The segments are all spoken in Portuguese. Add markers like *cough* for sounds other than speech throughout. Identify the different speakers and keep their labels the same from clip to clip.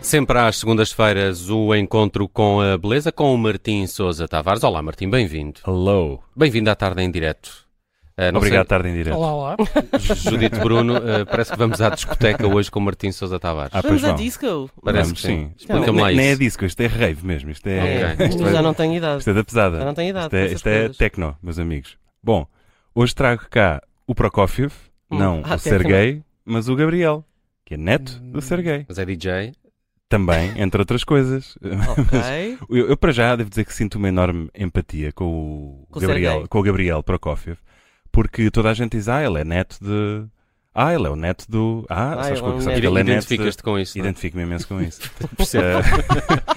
Speaker 1: sempre às segundas-feiras o encontro com a beleza com o Martim Sousa Tavares. Olá, Martim, bem-vindo.
Speaker 2: Hello.
Speaker 1: Bem-vindo à tarde em direto. Ah, não
Speaker 2: Obrigado, tarde em direto.
Speaker 3: Olá, olá.
Speaker 1: sei, Judito Bruno, ah, parece que vamos à discoteca hoje com o Martim Sousa Tavares.
Speaker 2: Ah, pois
Speaker 4: Vamos à
Speaker 2: vão.
Speaker 4: disco.
Speaker 1: parece
Speaker 2: Vamos,
Speaker 1: que sim.
Speaker 2: sim.
Speaker 1: Explica-me lá
Speaker 2: Nem- Nem é
Speaker 1: isso.
Speaker 2: disco, isto é rave mesmo. Isto é,
Speaker 1: Ok.
Speaker 2: *laughs* isto
Speaker 4: Eu já
Speaker 2: é,
Speaker 4: não tenho idade.
Speaker 2: isto é da pesada.
Speaker 4: Já não tenho idade.
Speaker 2: Isto é,
Speaker 4: para
Speaker 2: isto
Speaker 4: essas
Speaker 2: é
Speaker 4: coisas.
Speaker 2: tecno, meus amigos. Bom, hoje trago cá o Prokofiev,
Speaker 4: Hum.
Speaker 2: não
Speaker 4: Ah, Hum.
Speaker 2: o
Speaker 4: tecno.
Speaker 2: Sergei, mas o Gabriel, que é neto do Sergei.
Speaker 1: Mas é DJ.
Speaker 2: Também, entre outras coisas.
Speaker 4: Ok.
Speaker 2: Eu, eu, para já devo dizer que sinto uma enorme empatia com o,
Speaker 4: Com o
Speaker 2: Gabriel,
Speaker 4: Sergei.
Speaker 2: com o Gabriel Prokofiev, porque toda a gente diz, ah, ele é neto de... Ah, ele é o neto do... Ah,
Speaker 4: Ah,
Speaker 2: sabes
Speaker 4: ele é
Speaker 2: como-
Speaker 4: um
Speaker 2: sabes que
Speaker 4: neto.
Speaker 2: ele é neto de-
Speaker 1: Identificas-te com isso. não é?
Speaker 2: Identifico-me imenso com isso.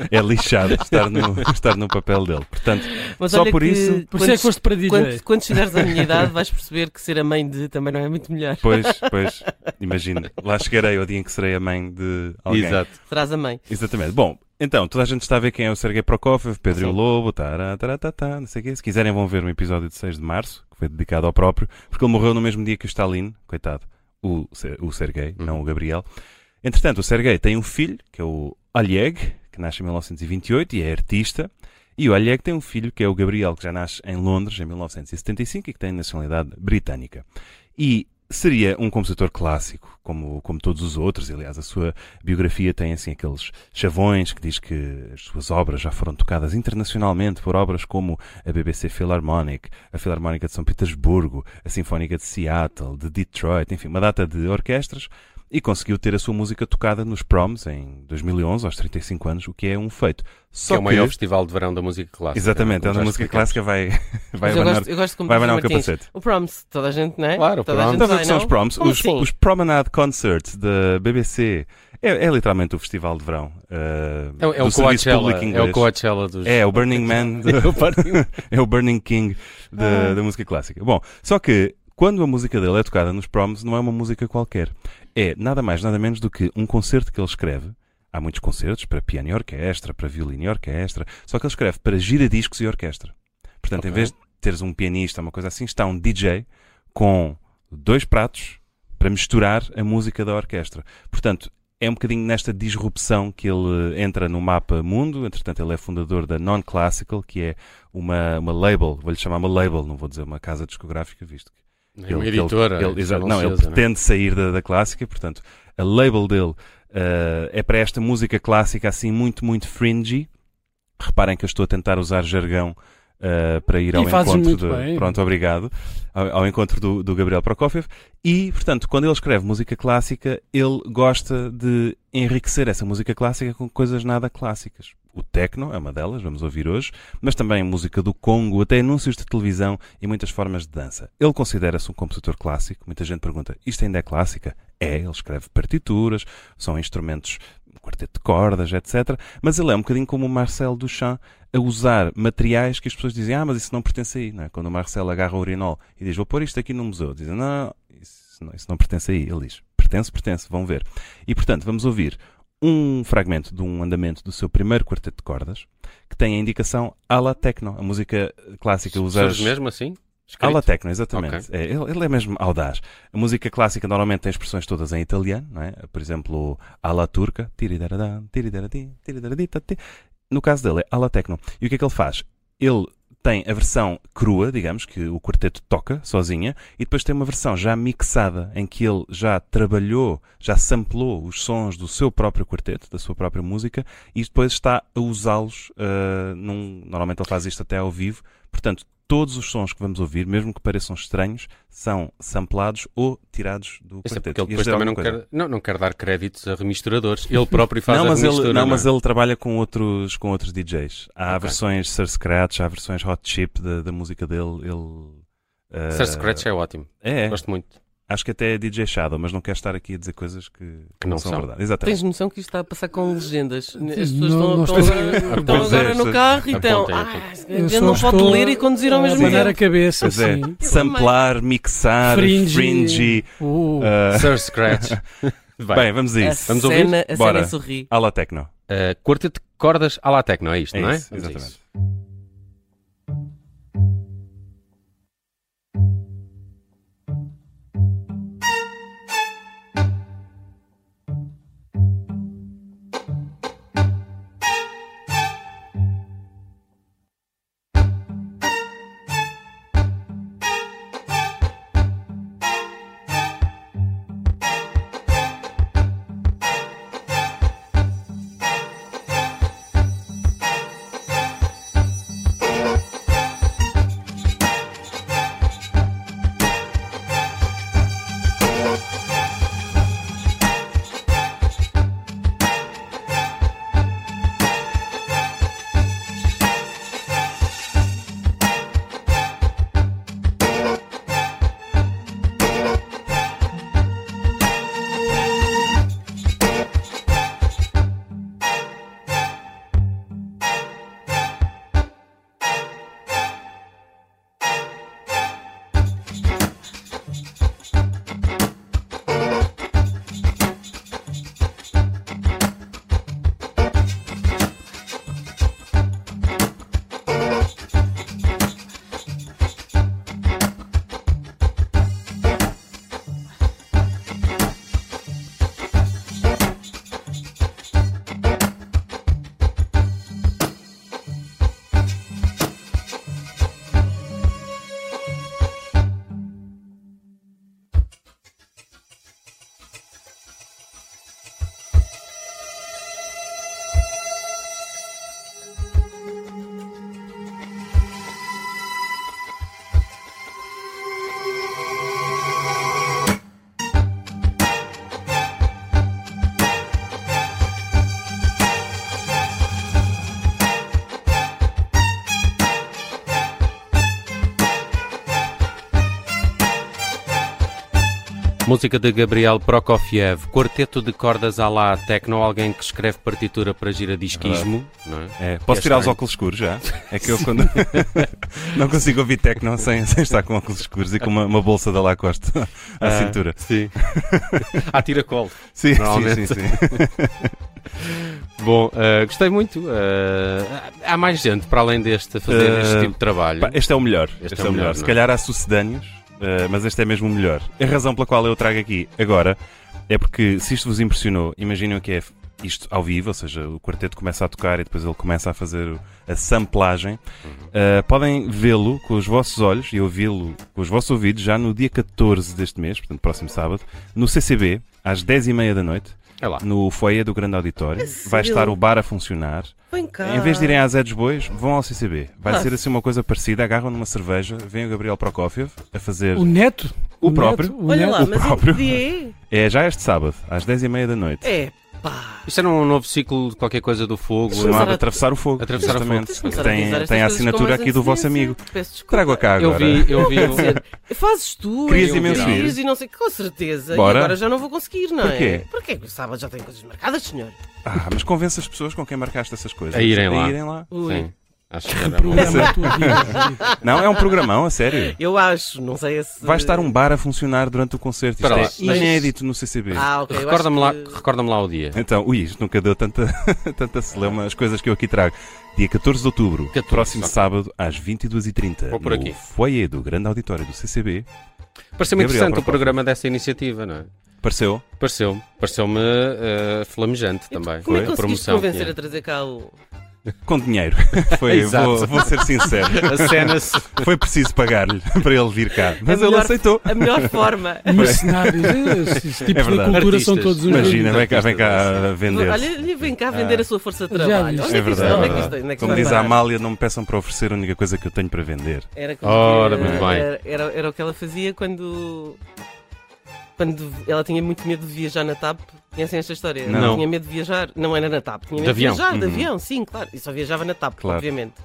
Speaker 2: é lixado estar no, estar no papel dele. Portanto,
Speaker 4: Mas
Speaker 2: Só
Speaker 4: olha
Speaker 2: por
Speaker 4: que
Speaker 2: isso-
Speaker 3: Por isso é que foste para DJ.
Speaker 4: quando, quando chegares à minha idade, vais perceber que ser a mãe de também não é muito melhor.
Speaker 2: pois, pois, imagino, lá chegarei ao dia em que serei a mãe de alguém.
Speaker 1: Exato. é
Speaker 4: Serás a mãe.
Speaker 2: Exatamente. Bom, então, toda a gente está a ver quem é o Sergei Prokofiev, Pedro e o
Speaker 4: Sim.
Speaker 2: Lobo, tará, tará, tá, tá, não sei o quê. Se quiserem vão ver um episódio de 6 de março, que foi dedicado ao próprio, porque ele morreu no mesmo dia que o Stalin, coitado, o, Ser- o Sergei,
Speaker 1: Uhum.
Speaker 2: não o Gabriel. Entretanto, o Sergei tem um filho, que é o Oleg, que nasce em 1928 e é artista, e o Oleg tem um filho, que é o Gabriel, que já nasce em Londres em 1975 e que tem nacionalidade britânica. E seria um compositor clássico, como, como todos os outros, aliás, a sua biografia tem assim aqueles chavões que diz que as suas obras já foram tocadas internacionalmente por obras como a BBC Philharmonic, a Filarmónica de São Petersburgo, a Sinfónica de Seattle, de Detroit, enfim, uma data de orquestras e conseguiu ter a sua música tocada nos proms em 2011, aos 35 anos, o que é um feito.
Speaker 1: Que
Speaker 2: Só
Speaker 1: é o maior festival de verão da música clássica.
Speaker 2: Exatamente,
Speaker 1: como
Speaker 2: a
Speaker 1: já
Speaker 2: música
Speaker 1: explicamos.
Speaker 2: clássica vai, *laughs* vai
Speaker 4: Mas eu
Speaker 2: abanar,
Speaker 4: gosto, eu gosto como
Speaker 2: vai
Speaker 4: diz o
Speaker 2: abanar o
Speaker 4: Martins.
Speaker 2: capacete.
Speaker 4: O proms, toda a gente, não é?
Speaker 1: Claro,
Speaker 4: toda a
Speaker 1: prom.
Speaker 4: gente
Speaker 2: Estás a ver
Speaker 4: vai,
Speaker 2: que são os
Speaker 4: não?
Speaker 2: Então proms?
Speaker 4: Como
Speaker 2: Os,
Speaker 4: assim?
Speaker 2: os Promenade Concerts da BBC. É, é literalmente o festival de verão. eh,
Speaker 1: É, o- é
Speaker 2: do
Speaker 1: o
Speaker 2: serviço
Speaker 1: Coachella.
Speaker 2: público
Speaker 1: É o
Speaker 2: inglês.
Speaker 1: Coachella dos.
Speaker 2: É, o Burning
Speaker 1: *laughs*
Speaker 2: Man. de-
Speaker 1: Eu parei-
Speaker 2: *laughs* é o Burning King
Speaker 1: Ah.
Speaker 2: da, da música clássica. Bom, só que quando a música dele é tocada nos proms, não é uma música qualquer. É nada mais, nada menos do que um concerto que ele escreve. Há muitos concertos para piano e orquestra, para violino e orquestra, só que ele escreve para giradiscos e orquestra. Portanto, em
Speaker 1: Ok.
Speaker 2: vez de teres um pianista, uma coisa assim, está um DJ com dois pratos para misturar a música da orquestra. Portanto, é um bocadinho nesta disrupção que ele entra no mapa mundo. Entretanto, ele é fundador da Non-Classical, que é uma, uma label, vou-lhe chamar uma label, não vou dizer uma casa discográfica, visto que.
Speaker 1: É uma editora.
Speaker 2: ele-
Speaker 1: isso
Speaker 2: exato,
Speaker 1: já
Speaker 2: não,
Speaker 1: se
Speaker 2: ele
Speaker 1: usa, é?
Speaker 2: pretende sair da, da clássica, portanto, a label dele eh, é para esta música clássica assim muito, muito fringy. Reparem que eu estou a tentar usar jargão eh, para ir
Speaker 3: E
Speaker 2: ao
Speaker 3: fazes
Speaker 2: encontro
Speaker 3: muito
Speaker 2: do-
Speaker 3: bem.
Speaker 2: Pronto, obrigado. Ao, ao encontro do, do Gabriel Prokofiev. E, portanto, quando ele escreve música clássica, ele gosta de enriquecer essa música clássica com coisas nada clássicas. O techno é uma delas, vamos ouvir hoje, mas também música do Congo, até anúncios de televisão e muitas formas de dança. Ele considera-se um compositor clássico. Muita gente pergunta: isto ainda é clássica? É, ele escreve partituras, são instrumentos, um quarteto de cordas, etc. Mas ele é um bocadinho como o Marcel Duchamp a usar materiais que as pessoas dizem: ah, mas isso não pertence aí. Não é? Quando o Marcel agarra o urinol e diz: vou pôr isto aqui no museu, dizem: não, isso não, isso não pertence aí. Ele diz: pertence, pertence, vão ver. E portanto, vamos ouvir um fragmento de um andamento do seu primeiro quarteto de cordas que tem a indicação à la techno, a música clássica usa
Speaker 1: Surge
Speaker 2: as-
Speaker 1: mesmo assim? Escrito?
Speaker 2: Ala Tecno, exatamente. É, ele, ele é mesmo audaz. A música clássica normalmente tem expressões todas em italiano, não é? Por exemplo, Ala Turca, tiridaradã, tiridaradi, tiridaraditati. No caso dele é Ala Tecno. E o que é que ele faz? Ele tem a versão crua, digamos, que o quarteto toca sozinha, e depois tem uma versão já mixada, em que ele já trabalhou, já samplou os sons do seu próprio quarteto, da sua própria música, e depois está a usá-los. ah, num... Normalmente ele faz isto até ao vivo. Portanto, todos os sons que vamos ouvir, mesmo que pareçam estranhos, são samplados ou tirados do
Speaker 1: Isso é
Speaker 2: quarteto.
Speaker 1: porque ele depois
Speaker 2: Ias dizer
Speaker 1: também não
Speaker 2: alguma coisa?
Speaker 1: quer, não, não quer dar créditos a remisturadores. Ele próprio faz
Speaker 2: não,
Speaker 1: a
Speaker 2: mas
Speaker 1: remistura.
Speaker 2: ele, não,
Speaker 1: é?
Speaker 2: mas ele trabalha com outros, com outros DJs. Há
Speaker 1: Ok.
Speaker 2: versões Sir Scratch, há versões Hot Chip da, da música dele. Ele, eh,
Speaker 1: Sir Scratch é ótimo.
Speaker 2: é, é.
Speaker 1: Gosto muito.
Speaker 2: Acho que até é DJ Shadow, mas não quero estar aqui a dizer coisas que,
Speaker 1: Que não são.
Speaker 2: verdade. Exatamente.
Speaker 4: Tens noção que isto está a passar com legendas? As pessoas
Speaker 3: não
Speaker 4: estão,
Speaker 3: estou-
Speaker 4: estão agora, estão
Speaker 2: Pois é,
Speaker 4: agora no
Speaker 2: sim.
Speaker 4: carro e estão.
Speaker 1: Apontem, apontem.
Speaker 4: Ah,
Speaker 3: Eu
Speaker 4: gente
Speaker 3: só
Speaker 4: não pode
Speaker 3: estou
Speaker 4: ler e conduzir ao
Speaker 3: a
Speaker 4: mesmo
Speaker 3: Mandar a
Speaker 4: tempo.
Speaker 3: cabeça,
Speaker 2: Pois é.
Speaker 3: sim.
Speaker 2: Samplar, mixar,
Speaker 3: Fringy.
Speaker 2: fringy.
Speaker 3: Uh,
Speaker 2: eh,
Speaker 1: Sir Scratch. Vai.
Speaker 2: *laughs* bem, vamos a
Speaker 4: A
Speaker 2: isso.
Speaker 1: Vamos ouvir?
Speaker 4: cena, é a
Speaker 2: Bora.
Speaker 4: cena sorri.
Speaker 2: Ala Tecno.
Speaker 1: Uh, quarteto de cordas à la techno, é isto,
Speaker 2: É
Speaker 1: não é?
Speaker 2: isso,
Speaker 1: Vamos a
Speaker 2: exatamente.
Speaker 1: isso. Música de Gabriel Prokofiev, quarteto de cordas à la techno, alguém que escreve partitura para giradisquismo, não é?
Speaker 2: É, posso
Speaker 1: É
Speaker 2: tirar os
Speaker 1: estranho.
Speaker 2: óculos escuros já? É que eu quando *laughs* não consigo ouvir techno sem, sem estar com óculos escuros e com uma, uma bolsa da Lacoste *laughs* à
Speaker 1: Ah,
Speaker 2: cintura. *laughs*
Speaker 1: Sim. À tiracolo.
Speaker 2: Sim, sim, sim,
Speaker 1: normalmente.
Speaker 2: sim.
Speaker 1: *laughs* Bom, eh, gostei muito. eh, há mais gente para além deste fazer
Speaker 2: Eh,
Speaker 1: este tipo de trabalho.
Speaker 2: Pá, Este é o melhor. Este, é o melhor. Se
Speaker 1: não é?
Speaker 2: calhar há sucedâneos, eh, mas este é mesmo o melhor. A razão pela qual eu trago aqui agora é porque se isto vos impressionou, imaginem o que é isto ao vivo, ou seja, o quarteto começa a tocar e depois ele começa a fazer o- a samplagem. Uh, podem vê-lo com os vossos olhos e ouvi-lo com os vossos ouvidos já no dia 14 deste mês, portanto, próximo sábado, no CCB, às 10h30 da noite,
Speaker 1: É lá.
Speaker 2: no foyer do grande auditório.
Speaker 4: sério?
Speaker 2: Vai estar o bar a funcionar.
Speaker 4: Vem cá.
Speaker 2: Em vez de irem às Zé dos Bois, vão ao CCB. Vai
Speaker 4: Tá. Ah.
Speaker 2: ser assim uma coisa parecida, agarram numa cerveja, vem o Gabriel Prokofiev a fazer
Speaker 3: O neto?
Speaker 2: o próprio.
Speaker 3: Neto, o
Speaker 4: Olha
Speaker 3: neto.
Speaker 4: lá,
Speaker 2: o
Speaker 4: mas
Speaker 2: próprio.
Speaker 4: em que dia
Speaker 2: É já este sábado, às 10h30 da noite.
Speaker 4: é? É pá.
Speaker 1: Isto era um novo ciclo de qualquer coisa do fogo.
Speaker 4: Deixa-me
Speaker 1: não é?
Speaker 2: Chamado Atravessar o Fogo.
Speaker 1: Atravessar o Fogo.
Speaker 2: justamente,
Speaker 4: Tens de começar
Speaker 2: que
Speaker 4: a
Speaker 2: Tem,
Speaker 4: avisar estas
Speaker 2: tem a
Speaker 4: coisas com
Speaker 2: assinatura
Speaker 4: mais
Speaker 2: aqui do vosso
Speaker 4: antecedência.
Speaker 2: amigo.
Speaker 4: Peço desculpa.
Speaker 2: Trago-a cá
Speaker 1: Eu
Speaker 2: agora.
Speaker 1: vi, eu
Speaker 4: *laughs*
Speaker 1: vi.
Speaker 4: Quer dizer,
Speaker 2: *laughs*
Speaker 4: fazes tu.
Speaker 2: Querias
Speaker 4: eu
Speaker 2: imenso
Speaker 4: queria
Speaker 2: ir.
Speaker 4: e não sei, com certeza.
Speaker 2: Bora.
Speaker 4: E agora já não vou conseguir, não é?
Speaker 2: Porquê?
Speaker 4: Porque o sábado já tem coisas marcadas, senhor.
Speaker 2: Ah, mas convence as pessoas com quem marcaste essas coisas.
Speaker 1: A irem lá.
Speaker 4: Ui.
Speaker 1: Sim. Acho que
Speaker 3: Um
Speaker 1: era bom.
Speaker 3: programa à tua vida.
Speaker 2: Não, é um programão, a sério.
Speaker 4: Eu acho, não sei se.
Speaker 2: Vai estar um bar a funcionar durante o concerto. Isto
Speaker 1: Espera
Speaker 2: é
Speaker 1: lá, mas-
Speaker 2: inédito no CCB.
Speaker 4: Ah, ok. eu acho
Speaker 1: Recorda-me lá,
Speaker 4: que-
Speaker 1: recorda-me lá o dia.
Speaker 2: Então, ui, isto nunca deu tanta, *laughs* tanta celeuma as coisas que eu aqui trago. Dia 14 de outubro,
Speaker 1: 14,
Speaker 2: próximo
Speaker 1: ok.
Speaker 2: sábado, às 22h30,
Speaker 1: Vou por aqui.
Speaker 2: no foyer do grande auditório do CCB.
Speaker 1: Pareceu-me interessante
Speaker 2: Gabriel
Speaker 1: o
Speaker 2: Prokofiev.
Speaker 1: programa dessa iniciativa, não é?
Speaker 2: Pareceu?
Speaker 1: Pareceu-me. Pareceu-me eh, flamejante
Speaker 4: E tu,
Speaker 1: também.
Speaker 4: Como é
Speaker 1: a
Speaker 4: que conseguiste
Speaker 1: promoção
Speaker 4: convencer
Speaker 1: que
Speaker 4: a trazer cá o.
Speaker 2: Com dinheiro.
Speaker 1: *laughs*
Speaker 2: Foi,
Speaker 1: Exato.
Speaker 2: vou, vou ser sincero.
Speaker 1: é.
Speaker 2: *laughs*
Speaker 1: A cena-se.
Speaker 2: Foi preciso pagar-lhe *laughs* para ele vir cá.
Speaker 1: É
Speaker 2: Mas
Speaker 4: A
Speaker 2: ele
Speaker 4: melhor-
Speaker 2: aceitou.
Speaker 4: A melhor forma.
Speaker 3: Mercenários, é, esses tipos de
Speaker 2: verdade.
Speaker 3: cultura são
Speaker 1: Artistas.
Speaker 3: todos uns
Speaker 2: Imagina, vem cá, vem cá *laughs* vender.
Speaker 4: Olha, ele vem cá vender
Speaker 2: Ah.
Speaker 4: a sua força de
Speaker 3: Já
Speaker 4: trabalho.
Speaker 3: viste.
Speaker 4: Onde
Speaker 2: É
Speaker 4: é que isto-
Speaker 2: verdade.
Speaker 4: onde
Speaker 2: é
Speaker 4: é que
Speaker 2: verdade.
Speaker 4: isto- onde é que
Speaker 2: Como
Speaker 4: isto
Speaker 2: diz
Speaker 4: vai
Speaker 2: a
Speaker 4: parar?
Speaker 2: Amália, não me peçam para oferecer a única coisa que eu tenho para vender.
Speaker 4: Era como
Speaker 1: Ora,
Speaker 4: que-
Speaker 1: muito bem.
Speaker 4: Era, era, era o que ela fazia quando. Quando ela tinha muito medo de viajar na TAP. Conhecem esta história? Ela
Speaker 2: Não.
Speaker 4: tinha medo de viajar. Não era na TAP. Tinha medo
Speaker 1: De avião.
Speaker 4: viajar, de
Speaker 2: Uhum.
Speaker 4: avião, sim, claro. E só viajava na TAP,
Speaker 2: Claro.
Speaker 4: obviamente.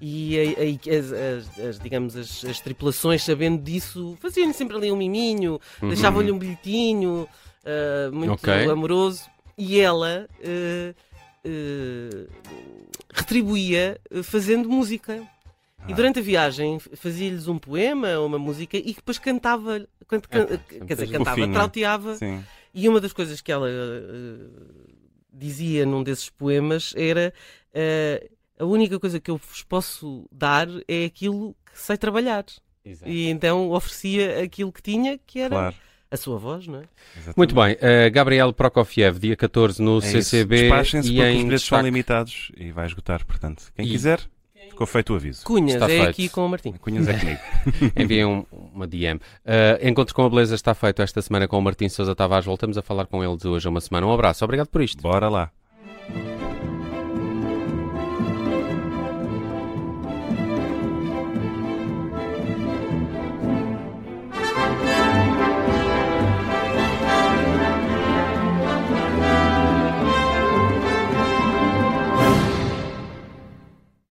Speaker 4: E aí, aí as, as- as, digamos, as, as tripulações, sabendo disso, faziam-lhe sempre ali um miminho, deixavam-lhe um bilhetinho ah, muito
Speaker 1: Uhum. Ok.
Speaker 4: amoroso. E ela ah, ah, retribuía ah, fazendo música.
Speaker 2: Ah.
Speaker 4: E durante a viagem f- fazia-lhes um poema ou uma música e depois cantava, can-
Speaker 2: Ah,
Speaker 4: can-
Speaker 1: Epá,
Speaker 4: quer
Speaker 1: sempre
Speaker 4: dizer,
Speaker 1: é
Speaker 4: cantava,
Speaker 2: fofinho, não é?
Speaker 4: trauteava.
Speaker 2: Sim.
Speaker 4: E uma das coisas que ela eh, dizia num desses poemas era eh, a única coisa que eu vos posso dar é aquilo que sei trabalhar. E então oferecia aquilo que tinha, que era
Speaker 2: Claro.
Speaker 4: a sua voz, não é?
Speaker 2: exatamente.
Speaker 1: Muito bem. eh, Gabriel Prokofiev, dia 14 no
Speaker 2: É isso.
Speaker 1: CCB.
Speaker 2: Despachem-se
Speaker 1: e
Speaker 2: porque os
Speaker 1: em
Speaker 2: bilhetes são
Speaker 1: destaque-
Speaker 2: limitados e vai esgotar. Portanto, quem
Speaker 1: E-
Speaker 2: quiser, ficou feito o aviso.
Speaker 4: Cunhas,
Speaker 1: Está
Speaker 4: é
Speaker 1: feito.
Speaker 4: aqui com o Martim.
Speaker 2: Cunhas é comigo.
Speaker 1: *laughs* Enviem um- uma DM. Eh, Encontro com a Beleza está feito esta semana com o Martim Sousa Tavares. Voltamos a falar com ele de hoje a uma semana. Um abraço. Obrigado por isto.
Speaker 2: Bora lá.